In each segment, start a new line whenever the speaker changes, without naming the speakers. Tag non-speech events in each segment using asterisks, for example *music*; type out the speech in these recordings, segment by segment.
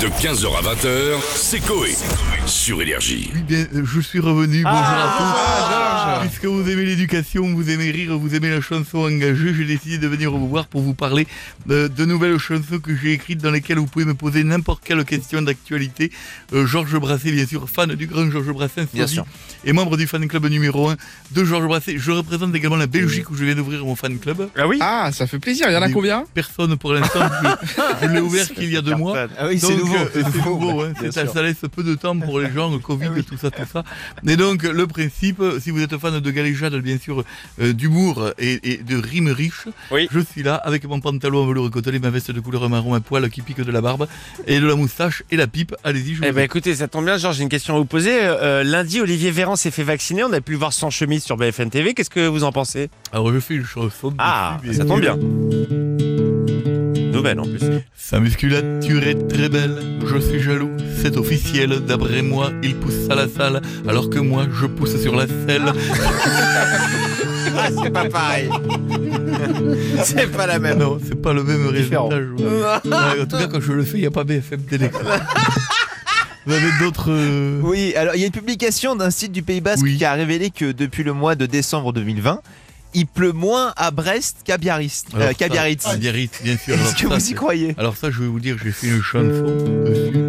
De 15h à 20h, c'est Coé. Sur Énergie.
Oui, bien, euh, je suis revenu, bonjour
Ah,
à tous. Puisque vous aimez l'éducation, vous aimez rire, vous aimez la chanson engagée, j'ai décidé de venir vous voir pour vous parler euh, de, de nouvelles chansons que j'ai écrites dans lesquelles vous pouvez me poser n'importe quelle question d'actualité. Euh, Georges Brassens, bien sûr, fan du grand Georges Brassens, soit
Bien sûr.
dit, et membre du fan club numéro 1 de Georges Brassens. Je représente également la Belgique où je viens d'ouvrir mon fan club.
Ah oui
Ah, ça fait plaisir. Il y en a
Mais-
combien
Personne pour l'instant, je, je l'ai ouvert
*laughs*
qu'il y a deux mois.
Ah oui,
Donc, euh, c'est nouveau, hein, c'est- ça laisse peu de temps pour les *laughs* gens, le Covid, tout ça, tout ça. Mais donc, le principe, euh, si vous êtes fan de galéjade, bien sûr, euh, d'humour et, et de rimes riches,
Oui.
je suis là avec mon pantalon en velours côtelé, ma veste de couleur marron à poil qui pique de la barbe, et de la moustache et la pipe. Allez-y, je vous
Eh ben
écoute.
écoutez, ça tombe bien, Georges, j'ai une question à vous poser. Euh, lundi, Olivier Véran s'est fait vacciner, on a pu le voir sans chemise sur BFM TV. Qu'est-ce que vous en pensez
Alors, je fais une chanson.
Ah,
dessus,
ça tombe bien. Nouvelle en plus. *laughs*
Sa musculature est très belle, je suis jaloux, c'est officiel. D'après moi, il pousse à la salle, alors que moi, je pousse sur la selle.
Ah, c'est pas pareil. c'est pas la même.
Ah Non, c'est pas le même
Différent.
résultat. je vous-
*laughs*
Ouais, en tout cas, quand je le fais, il n'y a pas BFM Télé. Vous avez d'autres. euh,
Oui, alors il y a une publication d'un site du Pays Basque
Oui.
qui a révélé que depuis le mois de décembre 2020, il pleut moins à Brest qu'à Biarritz. euh,
alors ça,
qu'à Biarritz.
à Biarritz, bien sûr.
Est-ce
alors
que
ça,
vous
c'est-
y croyez
Alors, ça, je vais vous dire, j'ai fait une chanson dessus.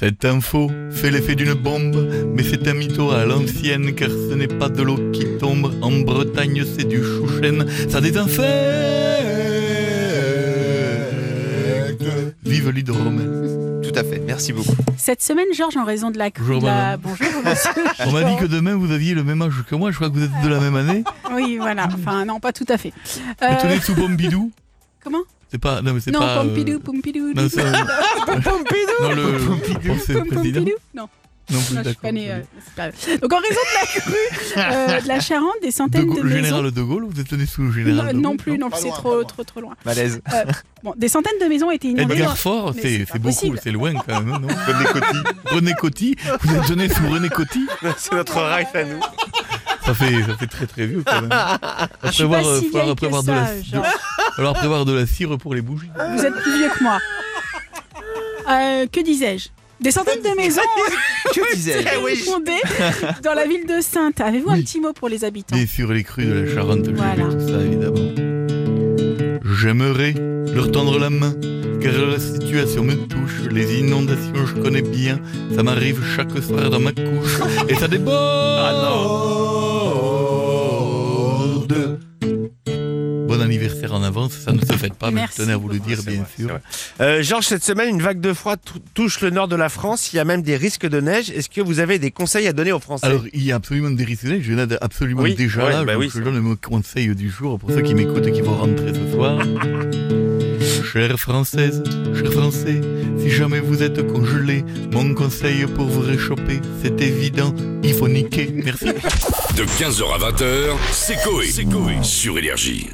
Cette info fait l'effet d'une bombe, mais c'est un mytho à l'ancienne, car ce n'est pas de l'eau qui tombe. En Bretagne, c'est du chouchen, ça désinfecte. Vive l'hydromel.
Tout à fait, merci beaucoup.
Cette semaine, Georges, en raison de la...
Bonjour,
de la-
madame. *laughs*
Bonjour, monsieur.
On m'a dit que demain, vous aviez le même âge que moi, je crois que vous êtes de la même année.
Oui, voilà. Enfin, non, pas tout à fait. Euh,
Vous tenez sous Pompidou
Comment
C'est pas. Non, mais c'est
Non,
pas. euh,
Pompidou, Pompidou.
Non, c'est- euh,
Pompidou.
non, le. Pompidou. C'est le
Pom-
président.
Pompidou Non,
Non,
non,
plus
je suis pas
d'accord.
née, euh, c'est pas grave. Donc, en raison de la crue euh, de la Charente, des
De
centaines de,
Gaulle- le
maisons.
général de Gaulle, vous êtes tenu sous le
Non,
général de Gaulle
non plus, non plus, c'est trop, trop, trop loin.
Malaise.
Bon, des centaines de maisons
Eh
étaient inondées.
Edgar Faure,
Mais
c'est
c'est
c'est
pas
beaucoup,
possible.
c'est loin quand même, non René Coty. René Coty, vous êtes tenu sous René Coty
C'est notre Rife à nous.
ça fait, ça fait très très vieux quand même.
Je suis pas si vieille que
euh, de la,
ça,
de-
Georges.
alors prévoir de la cire pour les bougies.
Vous êtes plus vieux que moi. Euh, que disais-je Des centaines de maisons
Que disais
ont été inondées dans la ville de Sainte. Avez-vous un
Oui.
petit mot pour les habitants
Bien sûr, les crues de la Charente, je
Voilà.
fais tout ça évidemment. J'aimerais leur tendre la main, car la situation me touche. Les inondations, je connais bien. Ça m'arrive chaque soir dans ma couche, et ça déborde. Bon anniversaire en avance, ça ne se fête pas, mais je
Merci
tenais à vous le
beaucoup.
dire, bien sûr.
Euh, Georges, cette semaine, une vague de froid tou- touche le nord de la France. Il y a même des risques de neige. Est-ce que vous avez des conseils à donner aux Français
Alors, il y a absolument des risques. Je l'ai absolument
Oui,
déjà
ouais,
là.
bah
donc
oui,
je
ça.
donne le conseil du jour pour ceux qui m'écoutent et qui vont rentrer ce
*laughs*
soir. Chère Française, chers Français, si jamais vous êtes congelés, mon conseil pour vous réchauffer, c'est évident, il faut niquer. Merci.
De 15h à 20h, c'est Coé. Sur Énergie.